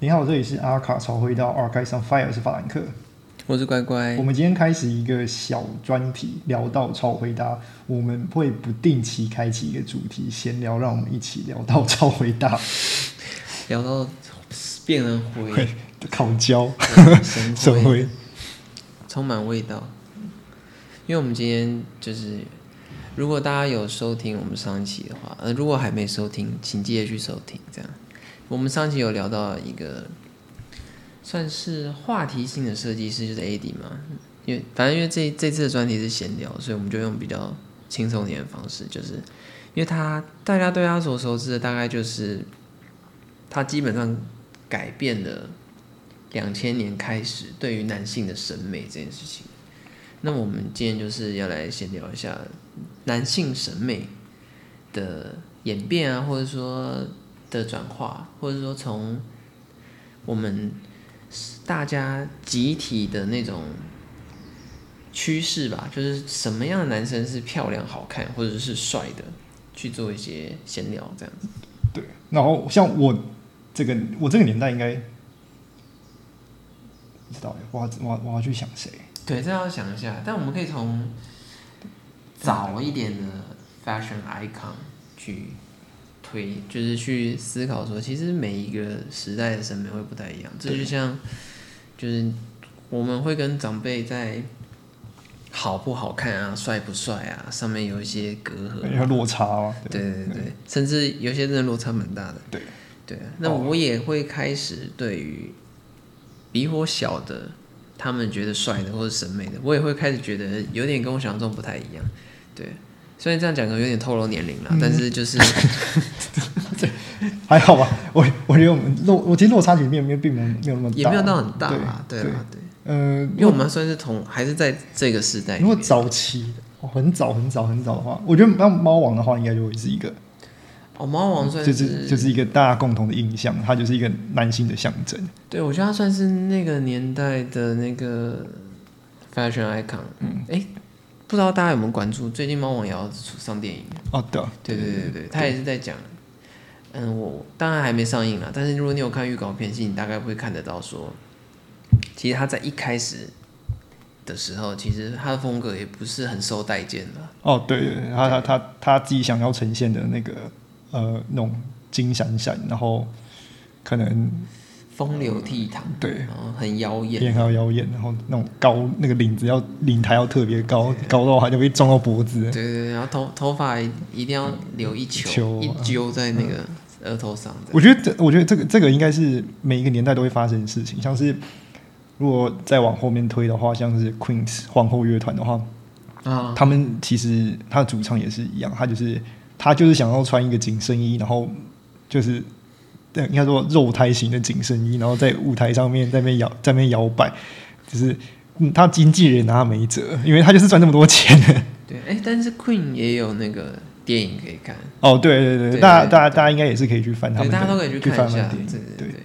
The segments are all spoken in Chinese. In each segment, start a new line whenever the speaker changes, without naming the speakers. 你好，这里是阿卡潮回到 Archives on Fire，我是法兰克。
我是乖乖
我。们今天开始一个小专题，聊到超回答，我们会不定期开启一个主题闲聊，让我们一起聊到超回 答，
聊到变成灰，
烤焦，
神
什
灰，
么？
充满味道。因为我们今天就是，如果大家有收听我们上一期的话，呃，如果还没收听，请记得去收听。这样，我们上一期有聊到一个算是话题性的设计师，就是 AD 嘛。因为反正因为这这次的专题是闲聊，所以我们就用比较轻松一点的方式，就是因为他大家对他所熟知的大概就是他基本上改变了两千年开始对于男性的审美这件事情。那我们今天就是要来先聊一下男性审美的演变啊，或者说的转化，或者说从我们大家集体的那种趋势吧，就是什么样的男生是漂亮、好看或者是帅的，去做一些闲聊这样子。
对，然后像我这个我这个年代应该不知道耶，我要我要我要去想谁？
对，这要想一下，但我们可以从早一点的 fashion icon 去推，就是去思考说，其实每一个时代的审美会不太一样。这就像，就是我们会跟长辈在好不好看啊、帅不帅啊上面有一些隔阂。
要落差啊，
对对对，甚至有些真的落差蛮大的。
对
对，啊那我也会开始对于比我小的，他们觉得帅的或者审美的，我也会开始觉得有点跟我想象中不太一样。对，虽然这样讲可能有点透露年龄了，但是就是
还好吧。我我觉得我们落，我其实落差其实没有没有并没有没有那么大，
也没有到很大啦。对
对
啦，对，
呃，
因为我们算是同还是在这个时代里
如果
面。
早期、哦、很早很早很早的话，我觉得那猫王的话应该就会是一个，
哦，猫王算
就是是就是一个大家共同的印象，它就是一个男性的象征。
对，我觉得他算是那个年代的那个 fashion icon。嗯，哎，不知道大家有没有关注，最近猫王也要出上电影。
哦，对啊，
对对对对，他也是在讲，嗯，我当然还没上映啦，但是如果你有看预告片，其实你大概会看得到说，其实他在一开始的时候，其实他的风格也不是很受待见的。
哦，对对对，他他他他自己想要呈现的那个呃那种金闪闪，然后可能
风流倜傥，
对。
然后很妖艳，
脸还要妖艳，然后那种高，那个领子要领台要特别高，高到还就被撞到脖子
对。对对，然后头头发一定要留一球
球
一揪啊嗯在那个额头上的。
我觉得这，我觉得这个这个应该是每一个年代都会发生的事情。像是如果再往后面推的话，像是 Queens 皇后乐团的话，
啊，
他们其实他的主唱也是一样，他就是他就是想要穿一个紧身衣，然后就是呃应该说肉胎型的紧身衣，然后在舞台上面在那边摇在那边摇摆，就是嗯，他经纪人拿他没辙，因为他就是赚那么多钱。
对，哎，但是 Queen 也有那个电影可以看，
哦，对对对，
对
大家
对
大家大家应该也是可以去翻他
对，
们的，
大家都可以去
去
看
翻
一
他
下
们的，电
对
影，
对对。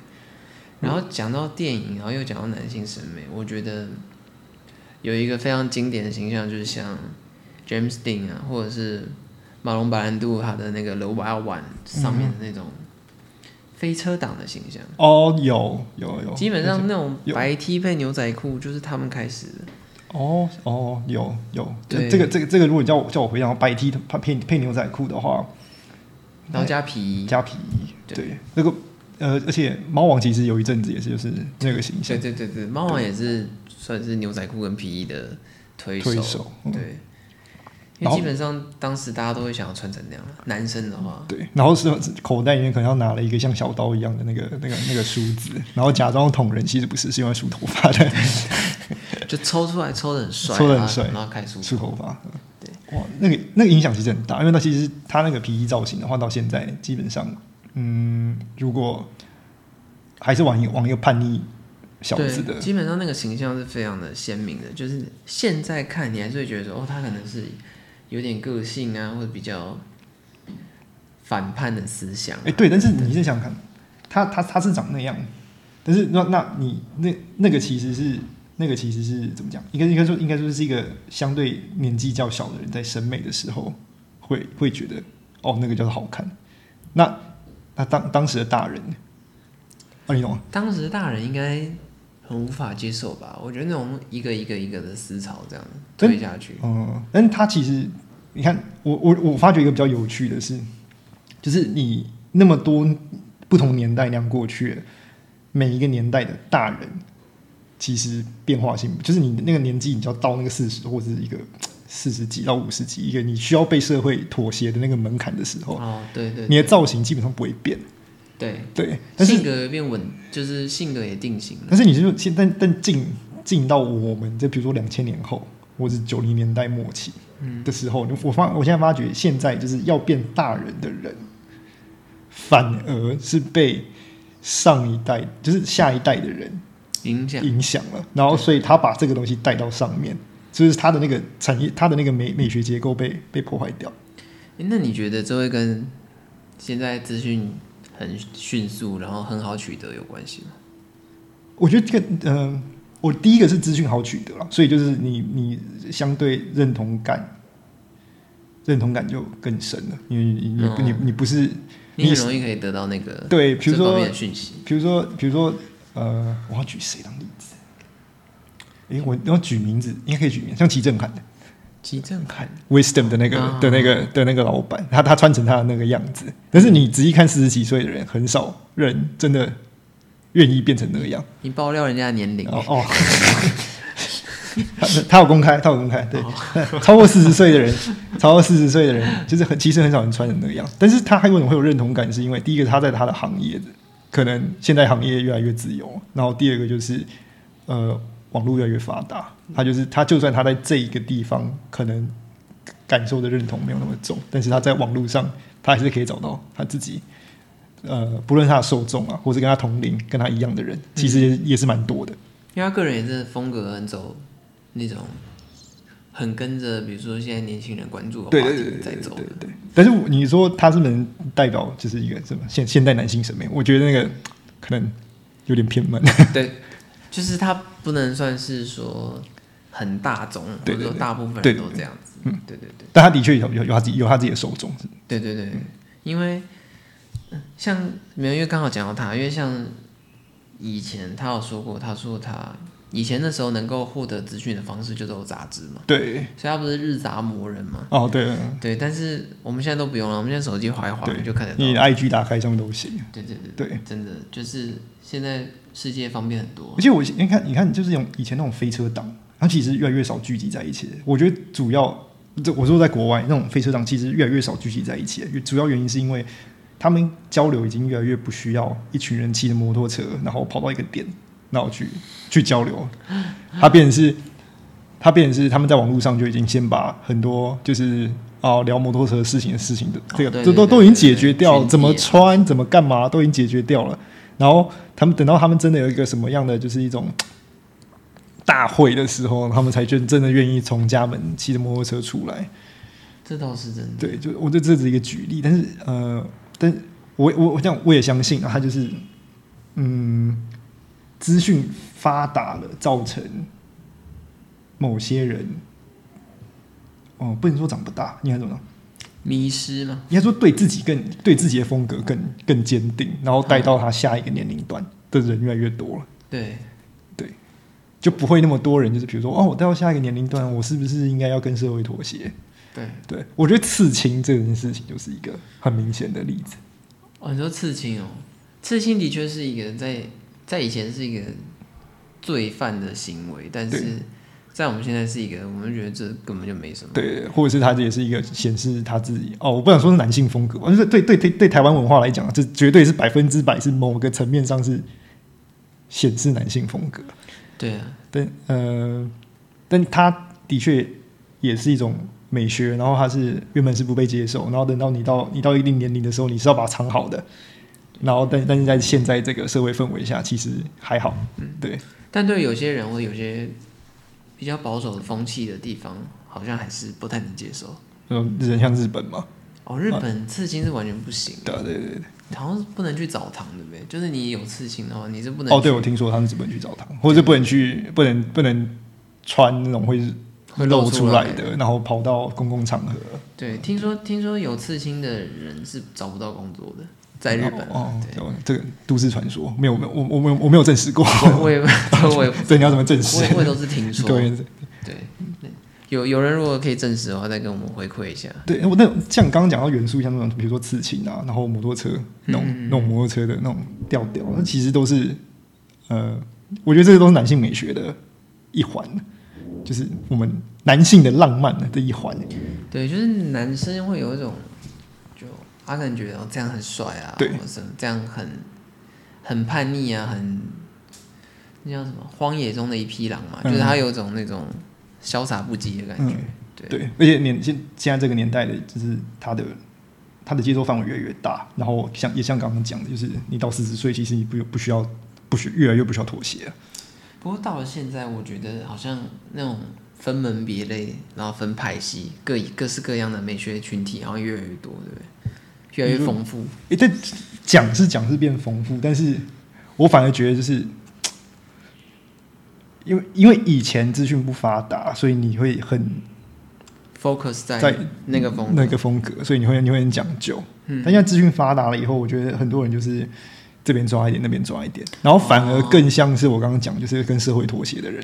然后讲到电影，然后又讲到男性审美，我觉得有一个非常经典的形象，就是像 James Dean 啊，或者是马龙白兰度他的那个《楼瓦碗》上面的那种飞车党的形象。
哦，有有有，
基本上那种
有
白 T 配牛仔裤就是他们开始的。
哦哦，有有，这
对
这个这个这个，如果叫我叫我回想白 T 配配配牛仔裤的话，
然后加皮衣，
加皮衣，
对
对，那个呃，而且猫王其实有一阵子也是就是那个形象
对对对对，猫王也是算是牛仔裤跟皮衣的推手，
推手，嗯
对，因
然
为
后
基本上当时大家都会想要穿成那样，男生的话，
对，然后是口袋里面可能要拿了一个像小刀一样的那个那个那个梳子，然后假装捅人，其实不是，是用来梳头发的，
就抽出来抽的很帅啊，
抽得很帅
然后开始梳
梳头发。对，哇，那个那个影响其实很大，因为它其实它那个皮衣造型的话，到现在基本上，嗯，如果还是往一往一个叛逆小子的
对，基本上那个形象是非常的鲜明的，就是现在看你还是会觉得说，哦，他可能是有点个性啊，或者比较反叛的思想啊、
哎、对，但是你是想想看，他他他是长那样，但是那那你那那个其实是那个其实是怎么讲？应该应该说应该说是一个相对年纪较小的人在审美的时候会会觉得哦那个叫做好看。那那当当时的大人啊，你懂吗？
当时大人应该很无法接受吧？我觉得那种一个一个一个的思潮这样
真
推下去，
嗯，但是他其实，你看，我我我发觉一个比较有趣的是，就是你那么多不同年代那样过去了，每一个年代的大人其实变化性，就是你那个年纪，你就要到那个四十或者是一个四十几到五十几，一个你需要被社会妥协的那个门槛的时候，
哦，对对
你
对
的造型基本上不会变，
对，
对，但是
性格变稳，就是性格也定型了。
但是你就现但但进进到我们这，比如说两千年后，或是九零年代末期的时候，我发我现在发觉，现在就是要变大人的人，反而是被上一代，就是下一代的人
影响
影响了，然后所以他把这个东西带到上面，就是他的那个产业，他的那个美美学结构被被破坏掉。
诶那你觉得这会跟现在资讯很迅速，然后很好取得有关系吗？
我觉得这个，嗯、我第一个是资讯好取得了，所以就是你你相对认同感，认同感就更深了，因为你你你你你不是
嗯你
你
很容易可以得到那个
对，比如
这方
说
面的讯息。
比如说比如说呃，我要举谁当例子？诶，我我要举名字，应该可以举名字，像齐正汉的
急症看，
Wisdom 的那个、
啊
的那个的那个老板，他他穿成他的那个样子，但是你仔细看四十几岁的人，很少人真的愿意变成那个样。
你爆料人家的年龄，
哦 哦，他他有公开，他有公开，对，超过四十岁的人，超过四十岁的人，就是很其实很少人穿成那个样，但是他还为什么会有认同感？是因为第一个他在他的行业的，可能现在行业越来越自由，然后第二个就是呃网络越来越发达，他就是他就算他在这一个地方可能感受的认同没有那么重，但是他在网络上他还是可以找到他自己。呃，不论他的受众啊，或是跟他同龄、跟他一样的人，其实也也是蛮多的。
因为他个人也真的风格很走那种很跟着，比如说现在年轻人关注的
对
话
对对
题
对
在
对
走
对
的。
对。但是你说他是不是能代表就是一个什么现现代男性审美？我觉得那个可能有点偏门。
对，就是他不能算是说很大众，或
对
者说
对对
大部分
对
人
对
都
对
这样子。嗯，对对对。
但他的确有有有他自己有他自己的受众。
对对对，因为嗯像没有，因为刚好讲到他，因为像以前他有说过，他说他以前的时候能够获得资讯的方式就是有杂志嘛，
对，
所以他不是日杂魔人嘛。
哦对，
对，但是我们现在都不用了，我们现在手机划一划
对
就看得
你的
到。
IG 打开上面都行。
对对对
对，
真的就是现在世界方便很多
而。且我你看你看就是用以前那种飞车党，它其实越来越少聚集在一起。我觉得主要这我说在国外那种飞车党其实越来越少聚集在一起，主要原因是因为。他们交流已经越来越不需要一群人骑着摩托车，然后跑到一个点，然后去去交流。他变成是，他变成是他们在网络上就已经先把很多就是哦聊摩托车事情的事情的这个
哦对
都
对
都
对
都已经
对对
解决掉，
群
怎么
体啊
穿怎么干嘛都已经解决掉了。然后他们等到他们真的有一个什么样的就是一种大会的时候，他们才真真的愿意从家门骑着摩托车出来。
这倒是真的。
对，就我这这只是一个举例，但是呃，但我我我这样我也相信啊，它就是嗯，资讯发达了，造成某些人哦，不能说长不大，应该怎么讲？
迷失嘛，
应该呃说对自己更对自己的风格更更坚定，然后带到他下一个年龄段的人越来越多了。
对，
就不会那么多人，就是比如说，哦，我带到下一个年龄段，我是不是应该要跟社会妥协？
对。
对我觉得刺青这件事情就是一个很明显的例子。
哦，你说刺青哦，刺青的确是一个在在以前是一个罪犯的行为，但
对
是在我们现在是一个，我们觉得这根本就没什么。
对，或者是他这也是一个显示他自己哦，我不想说是男性风格吧，就是对对对对台湾文化来讲，这绝对是百分之百是某个层面上是显示男性风格，
对啊，
但呃，但他的确也是一种美学，然后他是原本是不被接受，然后等到你到你到一定年龄的时候，你是要把它藏好的，然后但但是在现在这个社会氛围下，其实还好，对，
但对有些人或有些比较保守的风气的地方，好像还是不太能接受。
嗯，人像日本嘛，
哦，
啊
日本刺青是完全不行，
对啊对对对。
好像是不能去澡堂，对不对？就是你有刺青的话，你是不能
哦，对，
去
我听说他们是不能去澡堂，或者不能去，不能不能穿那种会会露出来的，然后跑到公共场合。
对，听说听说有刺青的人是找不到工作的，在日本
哦
啊，，
哦这个都市传说没有，没有我我没有我没有证实 过，
对，我也 我也
对，你要怎么证实
我？也我也都是听说，
对
对，有有人如果可以证实的话，再跟我们回馈一下。
对，我那种像刚刚讲到元素，像那种比如说刺青啊，然后摩托车那
嗯
种、那种摩托车的那种调调，那其实都是呃，我觉得这个都是男性美学的一环，就是我们男性的浪漫的一环。
对，就是男生会有一种，就他可能觉得哦这样很帅啊，
对
或者什么这样很很叛逆啊，很那叫什么荒野中的一匹狼嘛，
嗯
就是他有一种那种潇洒不羁的感觉。
嗯
对
对，而且年现现在这个年代的，就是他的他的接受范围越来越大，然后像也像刚刚讲的，就是你到四十岁，其实你不不需要不需越来越不需要妥协了。
不过到了现在，我觉得好像那种分门别类，然后分派系，各以各式各样的美学群体，好像越来越多，对不对？越来越丰富。
诶，但讲是讲是变丰富，但是我反而觉得就是，因为因为以前资讯不发达，所以你会很
focus 在
在
那个风格，
那个风格，所以你会你会很讲究。
嗯
但现在资讯发达了以后，我觉得很多人就是这边抓一点，那边抓一点，然后反
哦
而更像是我刚刚讲，就是跟社会妥协的人。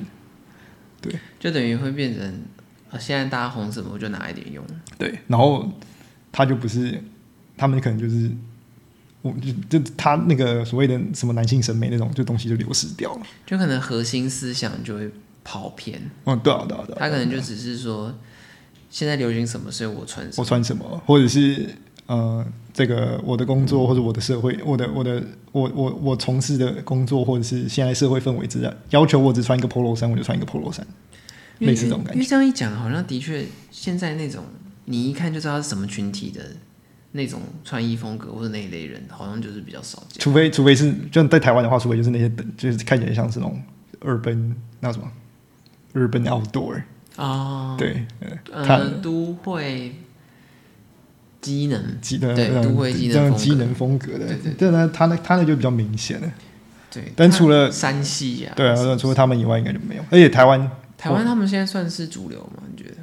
就等于会变成，呃现在大家红什么我就拿一点用。
对，然后他就不是，他们可能就是，我就就他那个所谓的什么男性审美那种，就东西就流失掉了。
就可能核心思想就会跑偏，
嗯，对啊，对啊，对啊。
他可能就只是说现在流行什么，所以我穿什
我
么。
穿什么，或者是呃，这个我的工作或者我的社会，我的我的我我我从事的工作，或者是现在社会氛围之下，要求我只穿一个 polo 衫，我就穿一个 polo 衫，
因为
类似这种感
因
觉。
为这样一讲，好像的确现在那种你一看就知道他是什么群体的那种穿衣风格或者那一类人，好像就是比较少见。
除非除非是就在台湾的话，除非就是那些就是看起来像是那种日本那什么日本 outdoor，、
哦，
对，啊他
呃，都会机能，
机的
对
那种
都会机能
这样
风格
机能风格的
对对，
但呢，他那他那就比较明显了。
对，
但除了
山系呀、
对啊，除了他们以外，应该就没有。而且台湾
台湾他们现在算是主流吗？你觉得？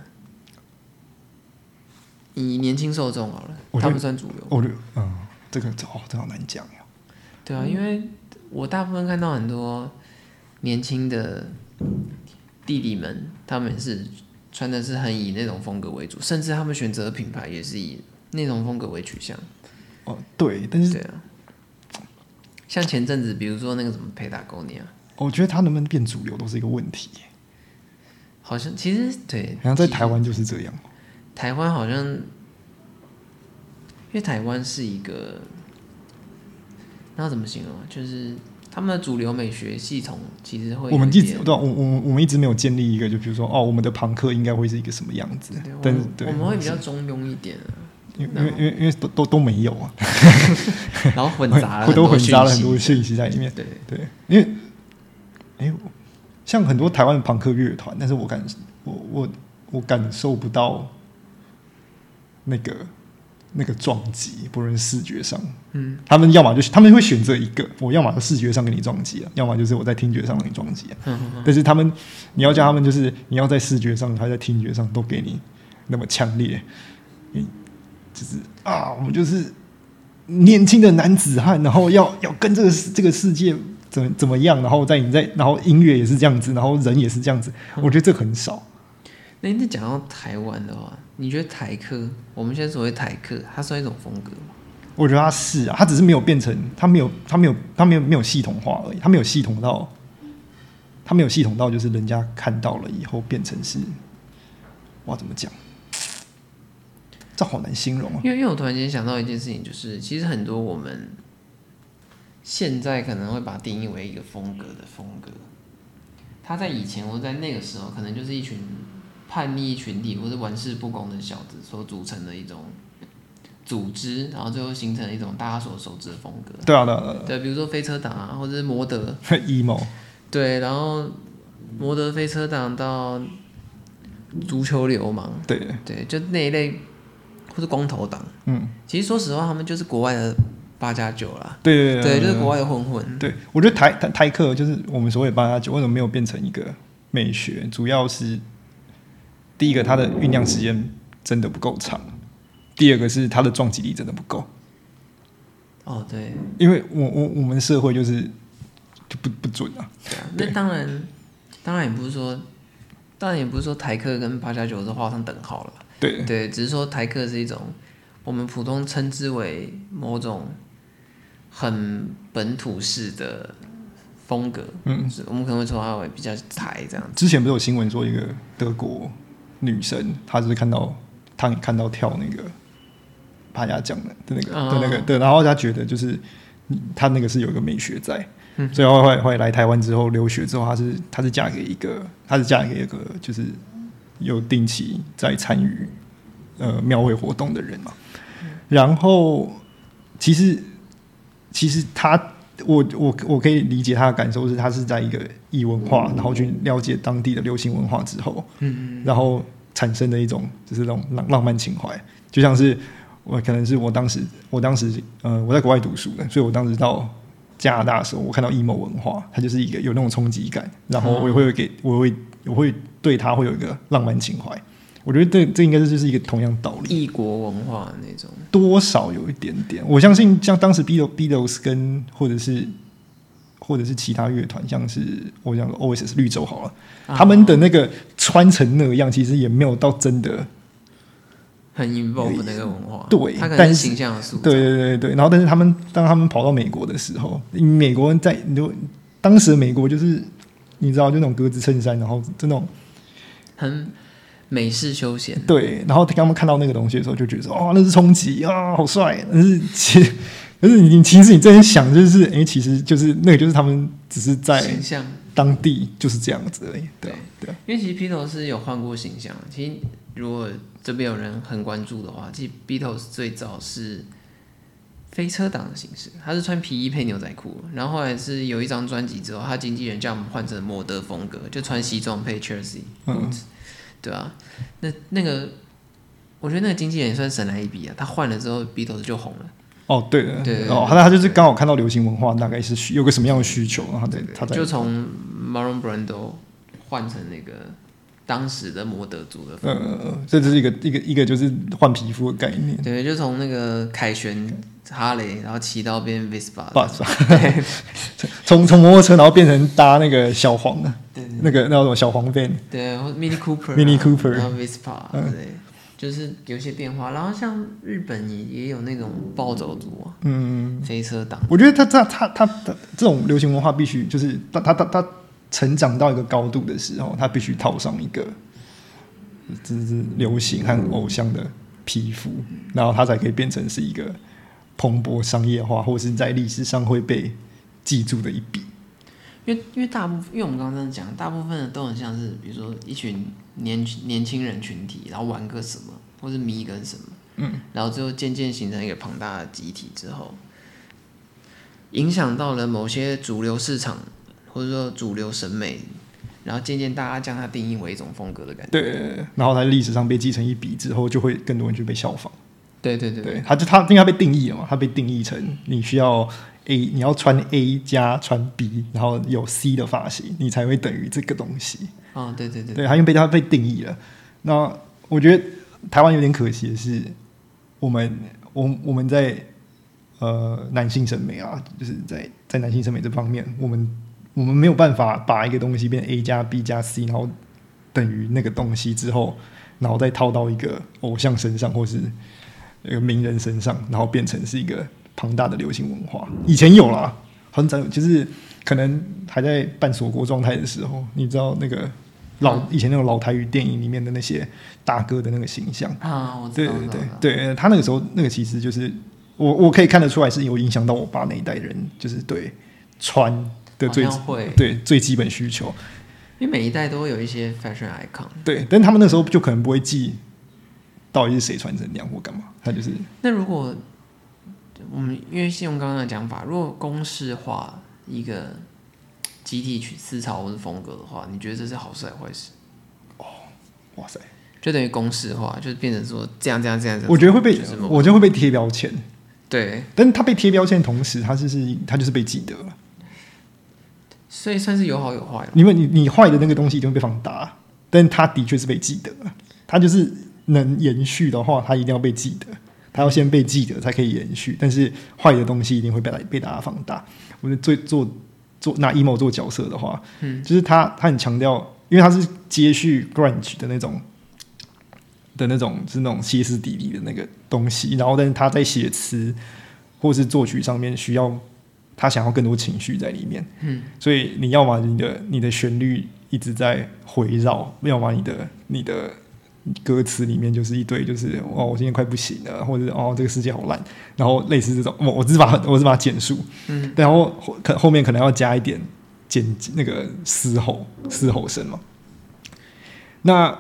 以年轻受众好了，
我觉得
他们算主流。
我就嗯，这个这哦，这好难讲呀。
对啊，因为我大部分看到很多年轻的弟弟们，他们是穿的是很以那种风格为主，甚至他们选择的品牌也是以那种风格为取向。
哦，对，但是
对啊，像前阵子，比如说那个什么佩达沟尼亚，
我觉得它能不能变主流都是一个问题。
好像其实对，
好像在
其实
台湾就是这样，
台湾好像，因为台湾是一个，那要怎么形容啊？就是他们的主流美学系统其实会有
我们
一
一直
点
对啊、我我我们一直没有建立一个，就比如说哦，我们的朋克应该会是一个什么样子
对，我
但是
们
对
我，们会比较中庸一 点、啊，
因为因为因为因为都都都没有啊，
然后混杂了 很
都
多
混杂了很多
讯
讯
息
息在里面。
对，
对，因为哎、我像很多台湾的朋克乐团，但是我感我我我感受不到那个那个撞击，不论是视觉上，
嗯，
他们要么就是他们会选择一个，我要么就视觉上跟你撞击啊，要么就是我在听觉上跟你撞击啊。
哼哼哼
但是他们，你要叫他们就是你要在视觉上还在听觉上都给你那么强烈，你就是啊，我们就是年轻的男子汉，然后要要跟这个世这个世界怎么怎么样，然后在你在然后音乐也是这样子，然后人也是这样子，我觉得这个很少。
那你讲到台湾的话，你觉得台客，我们现在所谓台客，它算一种风格吗？
我觉得他是啊，他只是没有变成，他没有，他没有，他没有没有系统化而已，他没有系统到，他没有系统到，就是人家看到了以后变成是，哇，怎么讲？这好难形容啊！
因为因为我突然间想到一件事情，就是其实很多我们现在可能会把它定义为一个风格的风格，他在以前或在那个时候，可能就是一群叛逆群体或者玩世不恭的小子所组成的一种组织，然后最后形成了一种大家所熟知的风格。
对啊，对啊，对啊
对，比如说飞车党啊，或者是摩德，
对啊 emo，
对，然后摩德飞车党到足球流氓，
对，啊
对，就那一类，或是光头党。
嗯，
其实说实话，他们就是国外的八加九啦，
对对啊
对，就是国
对
外的混混。
对，我觉得台台台客就是我们所谓八加九，为什么没有变成一个美学？主要是第一个，它的酝酿时间真的不够长；第二个是它的撞击力真的不够。
哦，对，
因为我我我们社会就是就不不准啊，
对啊，
对
那当然，当然也不是说，当然也不是说台客跟八加九是画上等号了，
对
对，只是说台客是一种我们普通称之为某种很本土式的风格，
嗯，
是我们可能会说它为比较台这样，
之前不是有新闻说一个德国女生，她就是看到她看到跳那个帕家酱的的那个、的那个
哦
对，然后她觉得就是嗯她那个是有一个美学在，所以后来后来来台湾之后留学之后，她是她是嫁给一个她是嫁给一个就是有定期在参与呃庙会活动的人嘛，然后其实其实她我我我可以理解他的感受是，他是在一个异文化，然后去了解当地的流行文化之后，嗯，然后产生的一种就是那种浪浪漫情怀，就像是我可能是我当时我当时呃我在国外读书的，所以我当时到加拿大的时候，我看到 emo 文化，它就是一个有那种冲击感，然后我也会给我会我会对它会有一个浪漫情怀，我觉得这这应该是就是一个同样道理，
异国文化的那种，
多少有一点点。我相信像当时 Beatles Beatles 跟或者是或者是其他乐团，像是我讲 Oasis 绿洲好了，
啊
他们的那个穿成那样，其实也没有到真的
很 involve 那个文化，
对
它可能
但
是
是
形象的塑造，
对对对对，然后但是他们当他们跑到美国的时候，美国人在你就当时美国就是你知道就那种格子衬衫，然后就那种
很美式休闲，
对，然后他们看到那个东西的时候，就觉得说哦那是冲击啊，好帅。但是其实，但是你其实你真的想就是，哎，其实就是那个就是他们只是在
形象。
当地就是这样子而已，对啊对啊
因为其实 Beatles 是有换过形象。其实如果这边有人很关注的话，其实 Beatles 最早是飞车党的形式，他是穿皮衣配牛仔裤，然后后来是有一张专辑之后，他经纪人叫我们换成摩登风格，就穿西装配 jersey，
嗯
对啊，那那个我觉得那个经纪人也算神来一笔啊，他换了之后 Beatles 就红了，
哦对的
对对
哦，
对
他他就是刚好看到流行文化大概是需有个什么样的需求，然后他他在
就从 Marlon Brando 换成那个当时的摩德族的风格
呃呃，呃这就是一个一个一个就是换皮肤的概 念，
对，就从那个凯旋哈雷，然后骑到变 Vespa，
把啊 从从摩托车然后变成搭那个小黄的，
对
那个那叫什么小黄 van，
对，或 Mini Cooper 啊、
Mini Cooper 嗯
然后 Vespa，对，就是有一些变化。然后像日本也也有那种暴走族啊，
嗯。
飞车党，
我觉得他他他他他这种流行文化必须就是他他他他成长到一个高度的时候，他必须套上一个这是流行和偶像的皮肤，然后他才可以变成是一个蓬勃商业化，或是在历史上会被记住的一笔。
因为因为大部分，因为我们刚刚这样讲，大部分的都很像是，比如说一群年年轻人群体，然后玩个什么，或是迷跟什么，嗯，然后最后渐渐形成一个庞大的集体之后，影响到了某些主流市场，或者说主流审美，然后渐渐大家将它定义为一种风格的感觉。
对，然后他在历史上被记成一笔之后，就会更多人去被效仿。
对对对对
对，他就他因为他被定义了嘛，他被定义成你需要 A，你要穿 A 加穿 B，然后有 C 的发型，你才会等于这个东西。
哦，对对对，
对，他因为被他被定义了。那我觉得台湾有点可惜的是，我们我我们在呃男性审美啊，就是在在男性审美这方面，我们我们没有办法把一个东西变 A 加 B 加 C，然后等于那个东西之后，然后再套到一个偶像身上或是一个名人身上，然后变成是一个庞大的流行文化。以前有啦，很早有就是可能还在半锁国状态的时候，你知道那个老
嗯
以前那种老台语电影里面的那些大哥的那个形象。
啊，我知
对
道，
对
知道
对
知道
对，呃他那个时候那个其实就是我我可以看得出来是有影响到我爸那一代人，就是对穿的最
好像会
对最基本需求。
因为每一代都会有一些 fashion icon。
对，但他们那时候就可能不会记到底是谁穿成那样或干嘛，他就是
那如果我们因为是用刚刚的讲法，如果公式化一个集体去思潮或是风格的话，你觉得这是好事还是坏事？
哇塞，
就等于公式化，就是变成说这样这样这样。这样
我觉得会被
就是某
我觉得会被贴标签，
对，
但是他被贴标签的同时，他就是他就是被记得了，
所以算是有好有坏了。
因为你你坏的那个东西一定会被放大，但他的确是被记得了，他就是能延续的话，他一定要被记得。它要先被记得才可以延续，但是坏的东西一定会被大被大家放大。我们最做做拿 emo 做角色的话，嗯，就是他他很强调，因为他是接续 grunge 的那种的那种是那种歇斯底里的那个东西，然后但是他在写词或是作曲上面需要他想要更多情绪在里面，嗯，所以你要么你的你的旋律一直在回绕，要么你的你的歌词里面就是一堆就是哦我今天快不行了，或者是哦这个世界好烂，然后类似这种，我我只是把 我只是把它简述，嗯，然后后可后面可能要加一点简那个嘶吼嘶吼声嘛，那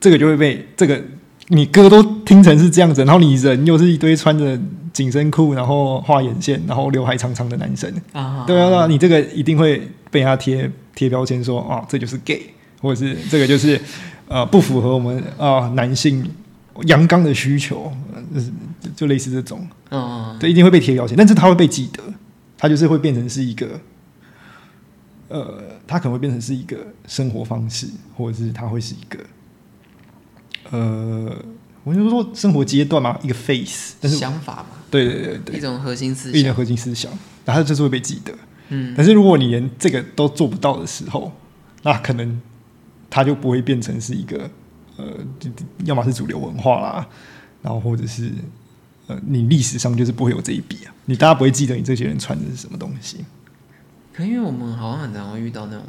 这个就会被这个你歌都听成是这样子，然后你人又是一堆穿着紧身裤，然后画眼线，然后刘海长长的男生，
啊，
对啊，对啊，你这个一定会被他贴贴标签说啊，这就是 gay，或者是这个就是呃不符合我们啊、男性阳刚的需求，呃就是就就类似这种，
嗯，
对，一定会被贴标签，但是他会被记得，他就是会变成是一个，呃，他可能会变成是一个生活方式，或者是他会是一个，呃，我就说生活阶段嘛，一个 face，但是
想法嘛，
对对对对，
一种核心思
一点
想，
核心思想，然后他就是会被记得。
嗯，
但是如果你连这个都做不到的时候，那可能它就不会变成是一个呃，就要么是主流文化啦，然后或者是呃，你历史上就是不会有这一笔啊，你大家不会记得你这些人穿的是什么东西。
可因为我们好像很常会遇到那种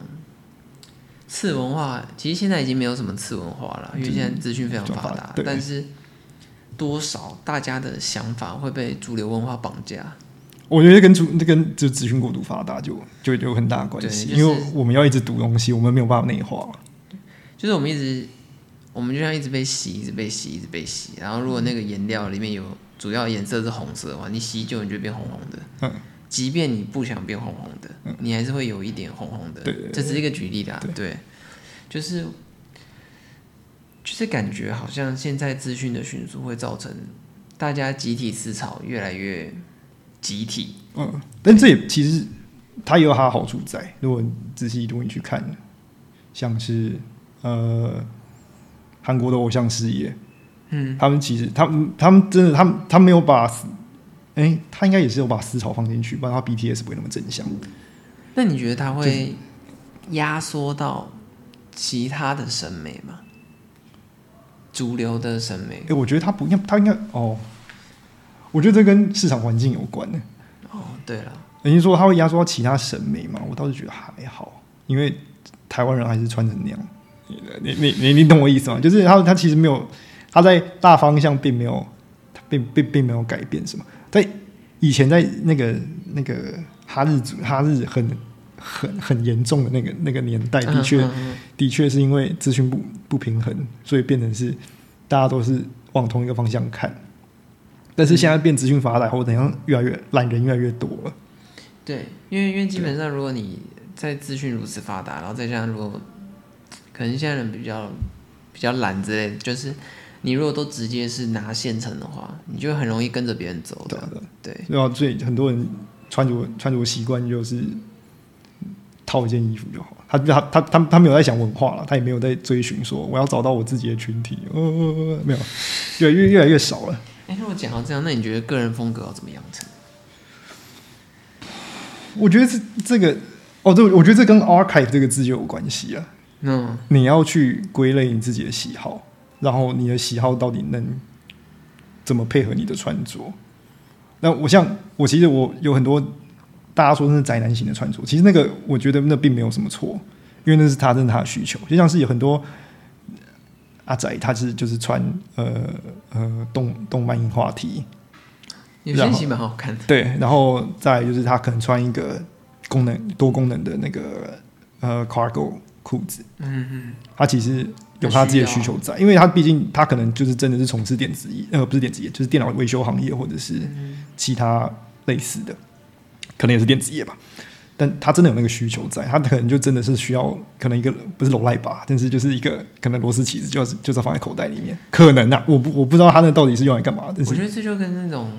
次文化，其实现在已经没有什么次文化了，因为现在资讯非常发
就发
达
达，嗯对
但是多少大家的想法会被主流文化绑架，
我觉得跟主这跟就资讯过度发达就就就有很大的关系，
对就是
因为我们要一直读东西，我们没有办法内化了。
就是我们一直，我们就像一直被洗，一直被洗，一直被洗，然后如果那个颜料里面有主要颜色是红色的话，你洗久你就变红红的，
嗯，
即便你不想变红红的，你还是会有一点红红的。
对对对
这只是一个举例啦。对，就是就是感觉好像现在资讯的迅速会造成大家集体思潮越来越集体。
嗯，但这也其实它也有它的好处在。如果你仔细如果你去看，像是呃韩国的偶像事业，
嗯，
他们其实他们他们真的他们他没有把，哎、他应该也是有把思潮放进去，不然他 BTS 不会那么正向。
那你觉得它
就
会压缩到其他的审美吗？主流的审美
哎、我觉得他不应该，他应该哦，我觉得这跟市场环境有关呢、
哦，对了，
人家说他会压缩到其他审美嘛，我倒是觉得还好，因为台湾人还是穿成那样。你你你你懂我意思吗？就是他他其实没有他在大方向并没有他并并并没有改变什么。在以前在那个那个哈日族哈日很很很严重的那个那个年代，的确
嗯嗯
的确是因为资讯不不平衡，所以变成是大家都是往同一个方向看。但是现在变资讯发达后，等一下越来越懒人越来越多了。
嗯对，因为因为基本上如果你在资讯如此发达，然后再加上如果可能现在人比较比较懒之类的，就是你如果都直接是拿现成的话，你就很容易跟着别人走
对
的
啊。对啊
对，
对啊，所以很多人穿着穿着习惯就是套一件衣服就好了。他他他他他没有在想文化了，他也没有在追寻说我要找到我自己的群体。呃，没有，越来越越来越少了。
哎，那我讲到这样，那你觉得个人风格要怎么养成？
我觉得这这个哦，这我觉得这跟 archive 这个字就有关系啊。
嗯，
你要去归类你自己的喜好，然后你的喜好到底能怎么配合你的穿着？那我像我其实我有很多大家说那是宅男型的穿着，其实那个我觉得那并没有什么错，因为那是他真的他的需求，就像是有很多呃阿宅他是就是穿呃呃动动漫樱花 T，
嗯有些
然后
其实蛮好看的。
对，然后再来就是他可能穿一个功能多功能的那个呃 cargo 裤子。
嗯嗯，
他其实有他自己的需求在，因为他毕竟他可能就是真的是从事电子业，呃，不是电子业，就是电脑维修行业或者是
嗯
其他类似的，可能也是电子业吧。但他真的有那个需求在，他可能就真的是需要，可能一个不是楼赖吧，但是就是一个可能螺丝起子就是就是放在口袋里面，可能啊，我不我不知道他那到底是用来干嘛，但
我
是
觉得这就跟那种，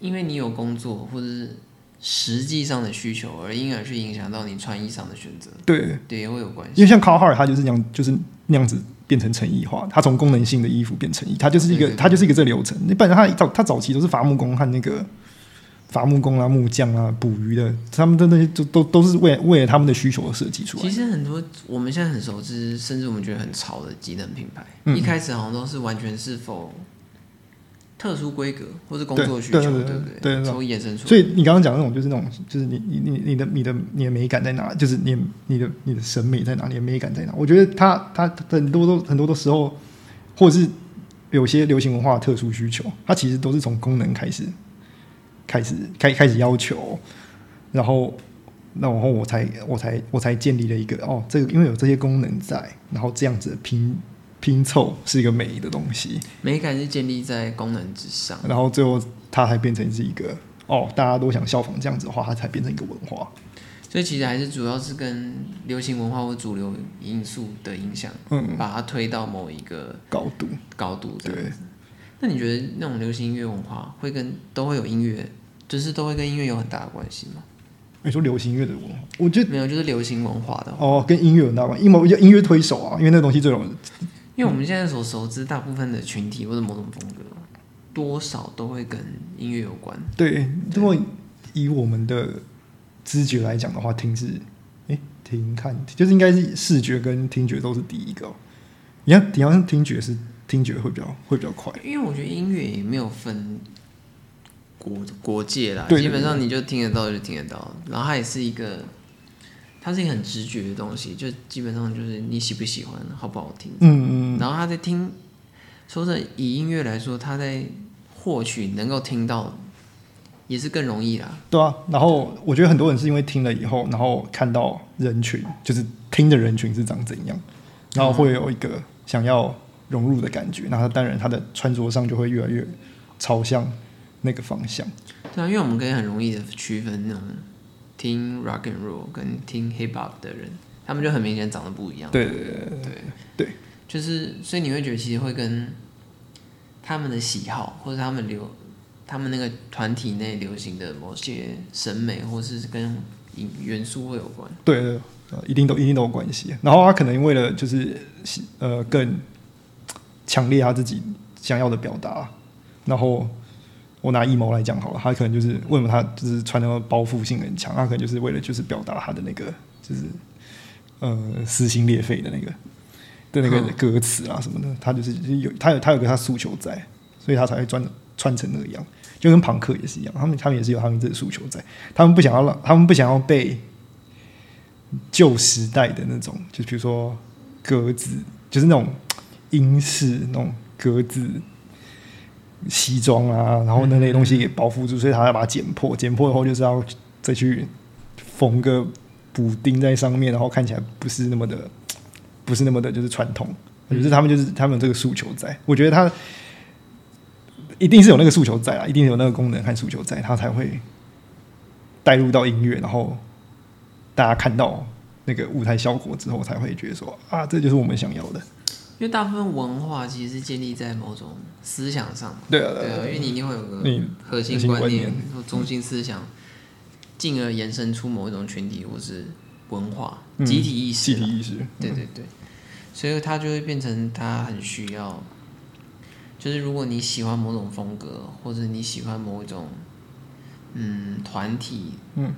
因为你有工作或者是实际上的需求，而因而去影响到你穿衣上的选择，
对，
对，也会有关系。
因为像 Carhartt 他就是那样，就是那样子变成成衣化，它从功能性的衣服变成衣，它就是一个
对对对
它就是一个这流程。你不然它早它早期都是伐木工和那个伐木工啊、木匠啊、捕鱼的，他们的那些都都都是为为了他们的需求而设计出来
其。实很多我们现在很熟知，甚至我们觉得很潮的机能品牌，
嗯
一开始好像都是完全是否特殊规格或是工作需求，
对对对
不
对对对
从衍生出来。
所以你刚刚讲的那种，就是那种，就是你你你你的你的你的美感在哪？就是你你的你的审美在哪？你的美感在哪？我觉得它它很多都很多的时候，或者是有些流行文化的特殊需求，它其实都是从功能开始，开始开开始要求，然后那然后我才我才我才建立了一个哦，这个因为有这些功能在，然后这样子拼拼凑是一个美的东西。
美感是建立在功能之上，
然后最后它才变成是一个哦，大家都想效仿这样子的话，它才变成一个文化。
所以其实还是主要是跟流行文化或主流因素的影响，
嗯，
把它推到某一个
高度
高度这样
对
子。那你觉得那种流行音乐文化会跟都会有音乐，就是都会跟音乐有很大的关系吗？
你说流行音乐的文化，我觉得
没有，就是流行文化的话，
哦，跟音乐有很大关系。因为我觉得音乐推手啊，因为那东西最容易
因为我们现在所熟知大部分的群体或者某种风格，多少都会跟音乐有关。
对。如果以我们的知觉来讲的话，听是诶，听看就是应该是视觉跟听觉都是第一个哦、你看，你好像听觉是听觉会比较会比较快。
因为我觉得音乐也没有分国国界啦，
对
基本上你就听得到就听得到，然后它也是一个，它是一个很直觉的东西，就基本上就是你喜不喜欢，好不好听。
嗯嗯
然后他在听，说真的，以音乐来说，他在获取能够听到，也是更容易啦
嗯。，对啊。然后我觉得很多人是因为听了以后，然后看到人群，就是听的人群是长怎样。然后会有一个想要融入的感觉，那他当然他的穿着上就会越来越朝向那个方向。
对啊，因为我们可以很容易的区分那种听 rock and roll 跟听 hip hop 的人，他们就很明显长得不一样。
对对对
就是所以你会觉得其实会跟他们的喜好，或者他们流，他们那个团体内流行的某些审美，或是跟影元素会有关。
对对，呃一定都一定都有关系。然后他可能为了就是呃更强烈他自己想要的表达，然后我拿一毛来讲好了，他可能就是为什么他就是穿那个包覆性很强，他可能就是为了就是表达他的那个就是呃撕心裂肺的那个的那个
嗯
歌词啊什么的，他就是有他有他有个他诉求在，所以他才会穿穿成那个样。就跟朋克也是一样，他们他们也是有他们自己的诉求在，他们不想要让他们不想要被旧时代的那种，就比如说格子，就是那种英式那种格子西装啊，然后那类东西给包覆住，所以他要把它剪破，剪破以后就是要再去缝个补丁在上面，然后看起来不是那么的，不是那么的，就是传统。我觉得他们就是他们有这个诉求在，我觉得他一定是有那个诉求在啊，一定有那个功能和诉求在，他才会带入到音乐，然后大家看到那个舞台效果之后，才会觉得说啊，这就是我们想要的。
因为大部分文化其实是建立在某种思想上嘛，
对啊，
对啊，因为你一定会有个
你
核
核
心
心
观
观
念
念
或中心思想，进而延伸出某一种群体或是文化、
嗯
集体意识
集
啦。
体意识，
对对对，所以它就会变成它很需要，就是如果你喜欢某种风格，或者你喜欢某一种嗯团体，
嗯，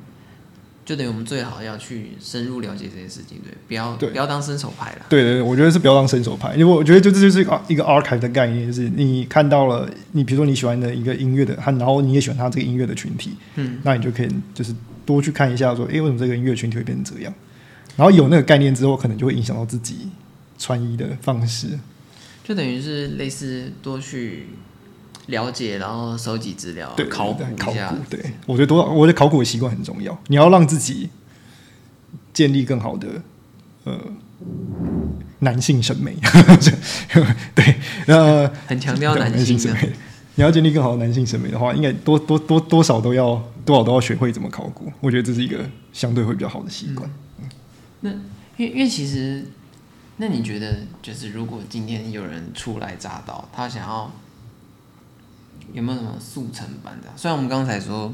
就等于我们最好要去深入了解这件事情，对，不要
对
不要当伸手牌啦。
对对对，我觉得是不要当伸手牌，因为我觉得就这就是一个啊一个 archive 的概念，就是你看到了你比如说你喜欢的一个音乐的，他然后你也喜欢他这个音乐的群体，
嗯，
那你就可以就是多去看一下说，诶，为什么这个音乐群体会变成这样？然后有那个概念之后，可能就会影响到自己穿衣的方式。
就等于是类似多去了解，然后收集资料，
对，
啊考古
对
一
考
下
古，，对我觉得多少，我觉得考古的习惯很重要。你要让自己建立更好的呃男性审美， 对，呃，
很强调男性
审
的。
美。你要建立更好的男性审美的话，应该多多多多少都要多少都要学会怎么考古。我觉得这是一个相对会比较好的习惯。
嗯因为因为其实，那你觉得就是如果今天有人初来乍到，他想要有没有什么速成班的？啊虽然我们刚才说，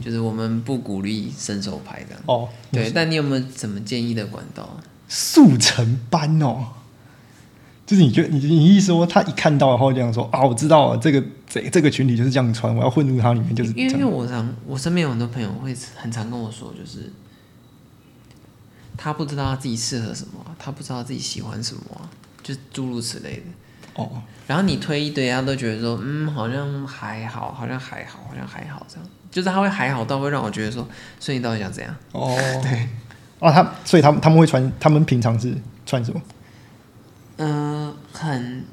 就是我们不鼓励伸手牌这样，
哦，
对，但你有没有怎么建议的管道？
速成班哦，就是你觉得你你意思说他一看到然后这样说啊，我知道了，这个这这个群体就是这样穿，我要混入他里面就是这
因为因为
样。
我常我身边有很多朋友会很常跟我说，就是他不知道他自己适合什么啊，他不知道自己喜欢什么啊，就诸如此类的。
哦，
然后你推一堆，他都觉得说，嗯，好像还好，好像还好，好像还好，这样，就是他会还好到会让我觉得说，所以你到底想怎样？
哦，对，啊，他所以他们他们会穿，他们平常是穿什么？
嗯、很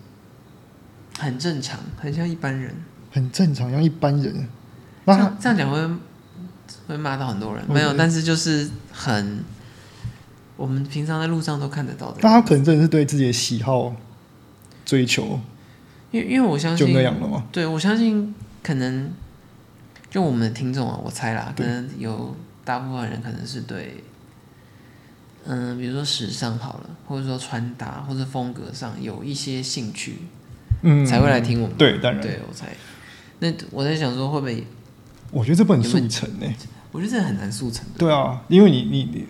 很正常，很像一般人。
很正常，像一般人。
这
那他
样这样讲会会骂到很多人，
会
没有，
会
但是就是很，我们平常在路上都看得到的
那他
人，
可能真的是对自己的喜好追求
因为因为我相
就
信
那样了嘛。
对，我相信可能就我们的听众啊，我猜啦，可
对
能有大部分人可能是对，嗯、比如说时尚好了，或者说穿搭或者风格上有一些兴趣，
嗯，
才会来听我们。
对，当然，
对，我猜。那我在想说，会不会？
我觉得这不能
有没
速
有
成欸呢、
我觉得这很难速成的。
对啊，因为你你你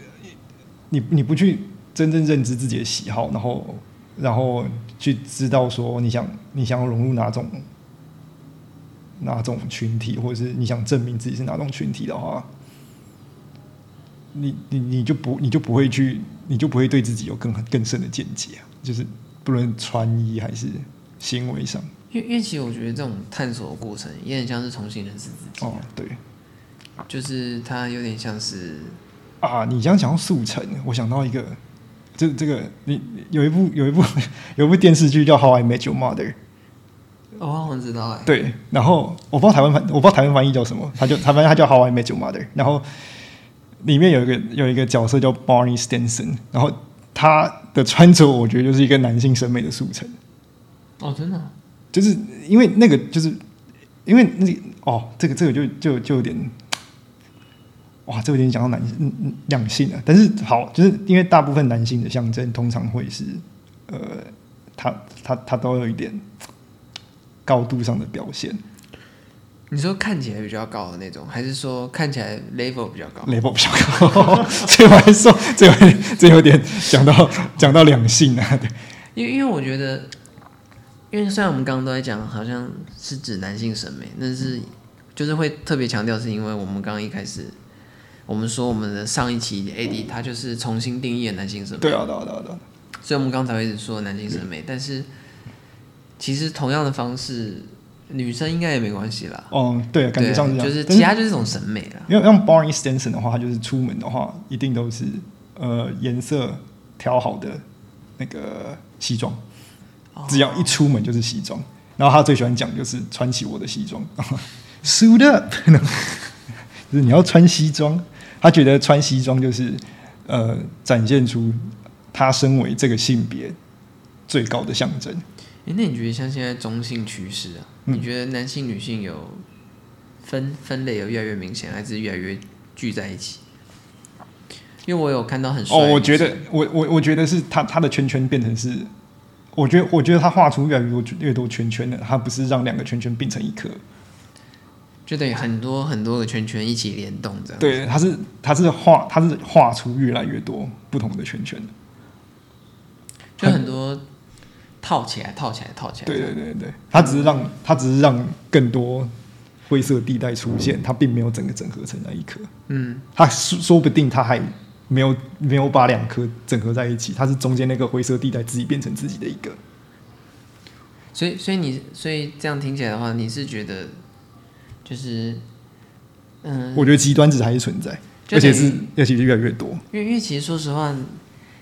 你你不去真正认知自己的喜好，然后然后去知道说你想你想要融入哪种哪种群体，或者是你想证明自己是哪种群体的话，你你你就不你就不会去你就不会对自己有更更深的见解啊，就是不论穿衣还是行为上。
因为因为其实我觉得这种探索的过程也很像是重新认识自己，
哦，对
就是它有点像是
啊，你这样讲到速成，我想到一个，这这个你你有一部有一部 有一部电视剧叫《How I Met Your Mother》，
哦，我好像知道哎、
对，然后我不知道台湾翻，我不知道台湾翻译叫什么，他就他翻译他叫 How I Met Your Mother，然后里面有一个有一个角色叫 Barney Stinson，然后他的穿着我觉得就是一个男性审美的速成，
哦，真的啊、
就是因为那个就是因为那哦，这个这个就就就有点。哇，这有点讲到男嗯嗯两性了，但是好，就是因为大部分男性的象征通常会是，呃，他他他都有一点高度上的表现，
你说看起来比较高的那种，还是说看起来 level 比较高？
level 比较高，所以我还说 这有点这有点讲到讲到两性啊，对，
因为因为我觉得，因为虽然我们刚刚都在讲好像是指男性审美，但是就是会特别强调，是因为我们刚刚一开始我们说我们的上一期 AD 他就是重新定义了男性审美，
对啊，对啊，对啊，对啊，
所以我们刚才会一直说男性审美，但是其实同样的方式，女生应该也没关系啦。
嗯，对，感觉上是这
对
样，
就是
但
其他就是一种审美啦。
因为像 Barney Stinson 的话，他就是出门的话，一定都是呃颜色调好的那个西装，只要一出门就是西装。然后他最喜欢讲就是穿起我的西装 ，suit up，就是你要穿西装。他觉得穿西装就是呃展现出他身为这个性别最高的象征。
诶那你觉得像现在中性趋势啊，
嗯
你觉得男性女性有分分类有越来越明显，还是越来越聚在一起？因为我有看到很帅
哦，
的女生，
我觉得我我我觉得是他他的圈圈变成是，我觉得我觉得他画出越来越多越多圈圈了，他不是让两个圈圈并成一颗，
就等于很多很多个圈圈一起联动这样。，
对，他是他是画他是画出越来越多不同的圈圈，
就很多套起来、套起来、套起来。
对对对对，他只是让他只是让更多灰色地带出现，他并没有整个整合成那一颗，
嗯，
他说说不定他还没有没有把两颗整合在一起，他是中间那个灰色地带自己变成自己的一个，
所以所以你所以这样听起来的话，你是觉得就是嗯，
我觉得极端值还是存在，
就
而且
等于
是而且是越来越多。
因为因为其实说实话，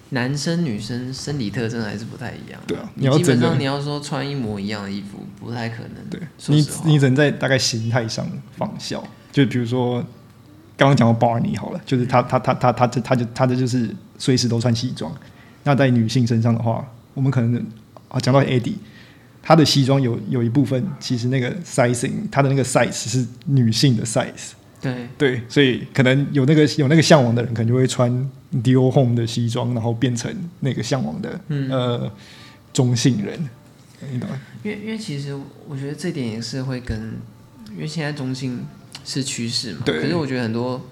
男生女生生理特征还是不太一样。
对啊
你
你要
基
真
本
的
上你要说穿一模一样的衣服，不太可能。
对
说
你
实，话
你只能在大概形态上仿效，就比如说刚刚讲到 Barney 好了，就是他他他他他他他就他这就是随时都穿西装。那在女性身上的话，我们可能啊讲到 Eddie，她的西装有有一部分其实那个 sizing，她的那个 size 是女性的 size，
对，
对，所以可能有那个有那个向往的人，可能就会穿 Dior Home 的西装，然后变成那个向往的、
嗯
呃中性人，你懂吗？
因为因为其实我觉得这点也是会跟，因为现在中性是趋势嘛。
对
可是我觉得很多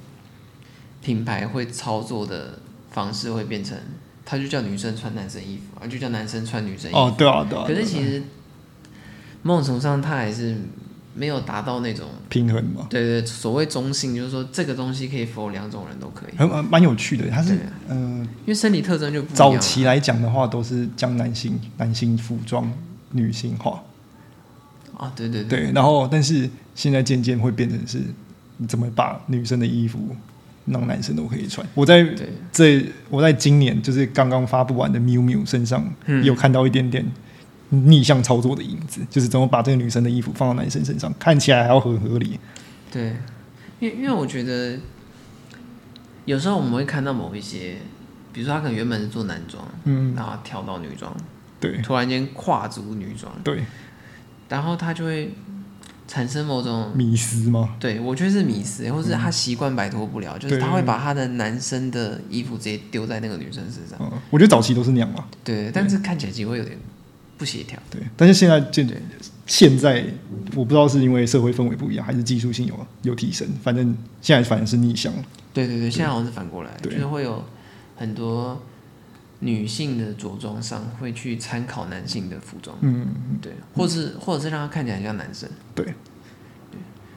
品牌会操作的方式会变成他就叫女生穿男生衣服，啊，就叫男生穿女生衣服。
哦，对啊，对啊。
可
对
是
啊
其实某种程度上，他还是没有达到那种
平衡嘛，
对对所谓中性，就是说这个东西可以否两种人都可以，
很呃蛮蛮有趣的。它是
对啊
嗯、
因为身体特征就不一样啊。
早期来讲的话，都是将男性男性服装女性化，
啊，对对对，
对。然后，但是现在渐渐会变成是，你怎么把女生的衣服让男生都可以穿？我在
对
这我在今年就是刚刚发布完的 miu miu 身上，
嗯
有看到一点点逆向操作的影子，就是怎么把这个女生的衣服放到男生身上，看起来还要很合理。
对，因为因为我觉得有时候我们会看到某一些，比如说他可能原本是做男装，
嗯，
然后跳到女装，
对
突然间跨足女装，
对，
然后他就会产生某种
迷失吗？
对，我觉得是迷失，或是他习惯摆脱不了，就是
对
他会把他的男生的衣服直接丢在那个女生身上。
嗯，我觉得早期都是那样啊嘛，
对，但是看起来其实会有点不协调。
对。但是现在现
对
现在我不知道是因为社会氛围不一样，还是技术性有有提升，反正现在反正是逆向了。
对对对，现在好像是反过来，就
对
是会有很多女性的着装上会去参考男性的服装，
嗯，
对，或是或者是让他看起来像男生。
对。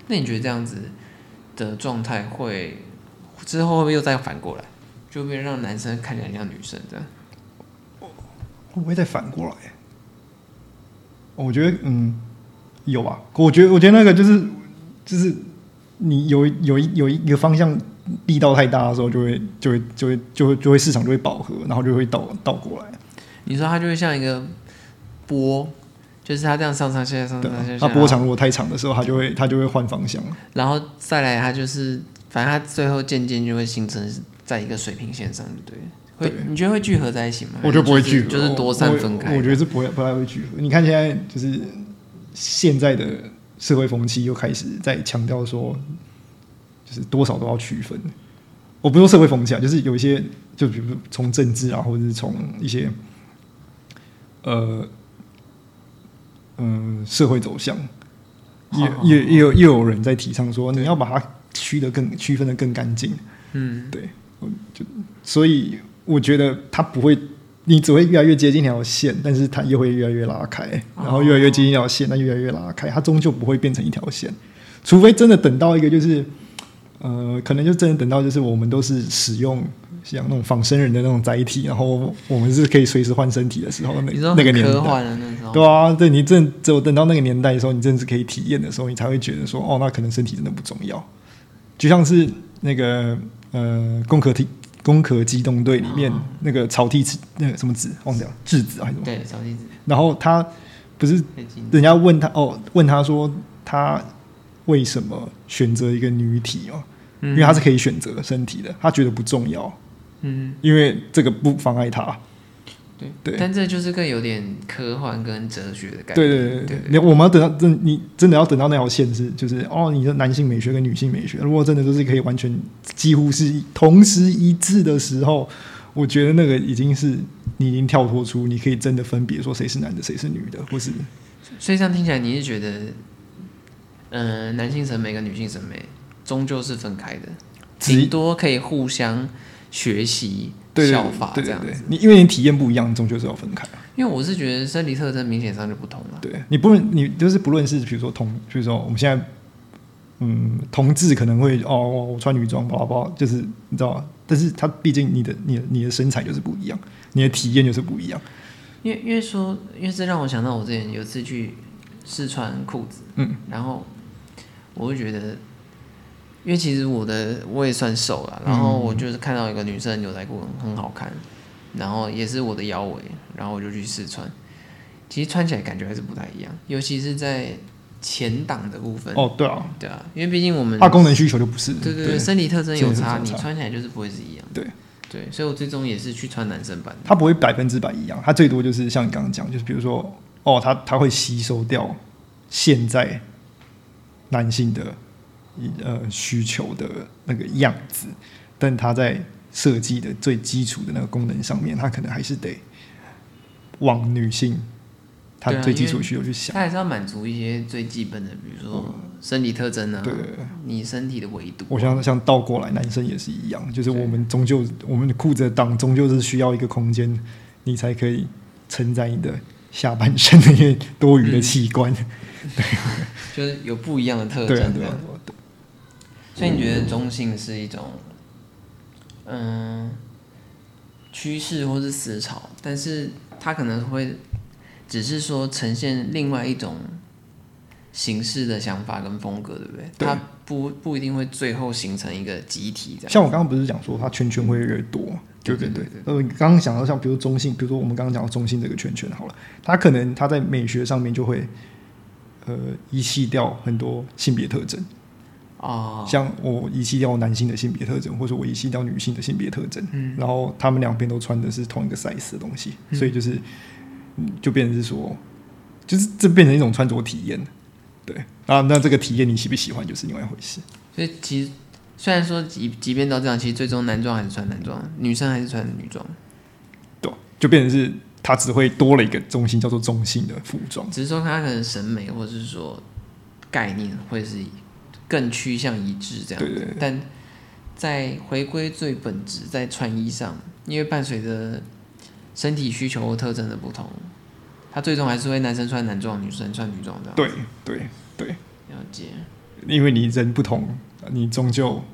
那你觉得这样子的状态会之后会不会又再反过来，就会让男生看起来像女生这样？
会不会再反过来？我觉得嗯，有吧。我觉得我觉得那个就是就是你有一有一有一个方向力道太大的时候就，会就会就会就会就会市场就会饱和，然后就会倒倒过来。
你说它就会像一个波，就是它这样上上下下上上下下，
它啊波长如果太长的时候，它就会它就会换方向。
然后再来它就是，反正它最后渐渐就会形成在一个水平线上，对了。会
对
你觉得会聚合在一起吗？
我觉得不会
还是
聚
就
合，
是就是多
我
散
我
分开
我觉得是不会不太会聚合。你看现在就是现在的社会风气又开始在强调说，就是多少都要区分。我不说社会风气啊，就是有一些，就比如从政治啊，或者是从一些呃嗯、社会走向，
好好好
也也也有也有人在提倡说，你要把它区的更区分的更干净。
嗯，
对，我就所以我觉得它不会，你只会越来越接近一条线，但是它又会越来越拉开，
哦
然后越来越接近一条线，但越来越拉开，它终究不会变成一条线，除非真的等到一个就是，呃，可能就真的等到就是我们都是使用。像那种仿生人的那种载体，然后我们是可以随时换身体的时候，那
你说
那个
很
年
科
代，
幻的那时候，
对啊，对你真的只有等到那个年代的时候，你真的是可以体验的时候，你才会觉得说，哦，那可能身体真的不重要。就像是那个呃，攻壳体攻壳机动队里面、
哦
那个草剃子那个什么子忘掉了质子啊还是什么，
对，小弟子
然后他不是
太近了
人家问他哦，问他说他为什么选择一个女体哦，因为他是可以选择身体的，他觉得不重要，
嗯，
因为这个不妨碍他。
对
对
但这就是更有点科幻跟哲学的感觉，
对对对
对
对，你我们要等到真你真的要等到那条线是就是哦，你的男性美学跟女性美学，如果真的都是可以完全几乎是同时一致的时候，我觉得那个已经是你已经跳脱出你可以真的分别说谁是男的谁是女的，或是
所以这样听起来，你是觉得，嗯，男性审美跟女性审美终究是分开的，
只
顶多可以互相学习、
对对
效法
对对
这样子。
对，你因为你体验不一样，你终究是要分开。
因为我是觉得生理特征明显上就不同了。
对你不论你就是不论是比如说同，比如说我们现在，嗯，同志可能会哦，我我穿女装，包包，就是你知道吗？但是他毕竟你的你的你的身材就是不一样，你的体验就是不一样。
因为因为说，因为这让我想到我之前有一次去试穿裤子，
嗯，
然后我会觉得，因为其实我的我也算瘦了，然后
嗯
我就是看到一个女生的牛仔裤很很好看，然后也是我的腰围，然后我就去试穿，其实穿起来感觉还是不太一样，尤其是在前挡的部分，
哦，对啊，
对啊，因为毕竟我们
它功能需求就不是
对对对，生理特征有差，
生理特征有
你
差
穿起来就是不会是一样，
对
对，所以我最终也是去穿男生版的，
它不会百分之百一样，它最多就是像你刚刚讲，就是比如说哦，它它会吸收掉现在男性的呃需求的那个样子，但它在设计的最基础的那个功能上面，它可能还是得往女性他
对啊
最基
因为
础的需求去想。
它还是要满足一些最基本的，比如说生理特征啊，
嗯对对对，
你身体的维度啊、
我像像倒过来，男生也是一样，就是
对
我们终究我们的裤子的裆终究是需要一个空间，你才可以承载你的下半身那些多余的器官。
就是有不一样的特征
对啊，
这
嗯对
样
啊。
所以你觉得中性是一种，嗯，趋势或是思潮，但是它可能会只是说呈现另外一种形式的想法跟风格，对不对？
对
它不不一定会最后形成一个集体这样。
像我刚刚不是讲说，它圈圈会越来越多，对不对？
对
对
对
呃，刚刚讲到像比如中性，比如说我们刚刚讲到中性这个圈圈好了，它可能它在美学上面就会呃遗弃掉很多性别特征，
哦，
像我遗弃掉男性的性别特征，或者我遗弃掉女性的性别特征，
嗯
然后他们两边都穿的是同一个 size 的东西，
嗯
所以就是嗯就变成是说，就是这变成一种穿着体验，对啊，那这个体验你喜不喜欢就是另外一回事。
所以其实虽然说即即便到这样，其实最终男装还是穿男装，女生还是穿女装，
对，就变成是它只会多了一个中心，叫做中性的服装。
只是说它可能审美或者是说概念会是更趋向一致这样子，
对对对
但在回归最本质，在穿衣上，因为伴随着身体需求或特征的不同，它最终还是会男生穿男装，女生穿女装这样。，
对对对，
了解。
因为你人不同，你终究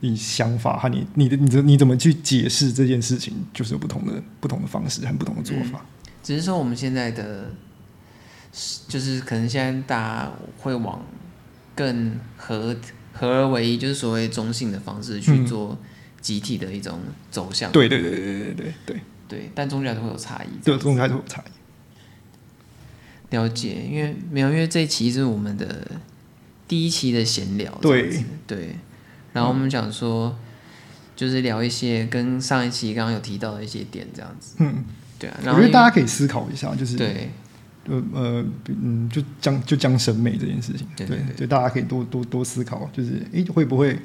你想法和你你的你的你怎么去解释这件事情，就是有不同的不同的方式和不同的做法。
只是说我们现在的，就是可能现在大家会往更合合而为一，就是所谓中性的方式去
嗯
做集体的一种走向。
对对对对对对对
对，但终究还是会有差异。
对，这种开始有差异。
了解，因为没有，因为这一期是我们的第一期的闲聊，
对
这样子对。然后我们想说，就是聊一些跟上一期刚刚有提到的一些点，这样子，
嗯，
对啊。然
我
后
觉得大
家
家可以思考一下，就是
对
呃呃嗯，就将就将审美这件事情，
对对对
就大家可以多多多思考，就是诶会不会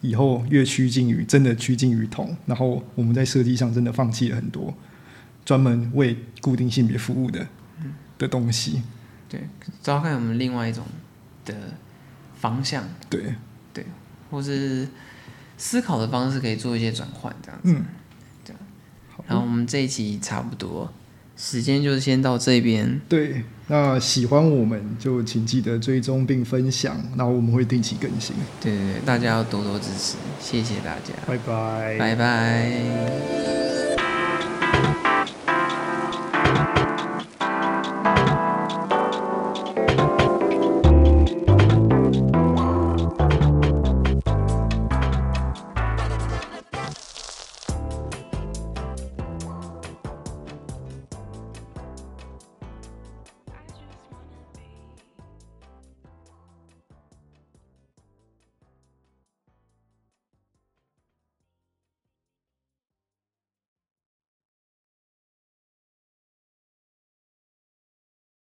以后越趋近于真的趋近于同，然后我们在设计上真的放弃了很多专门为固定性别服务的
嗯
的东西，
对，找看我们另外一种的方向，
对，
或是思考的方式，可以做一些转换，这样子。
嗯，
然后我们这一期差不多时间就先到这边，
对。那喜欢我们就请记得追踪并分享，然后我们会定期更新，
对对对，大家要多多支持，谢谢大家，
拜拜
拜拜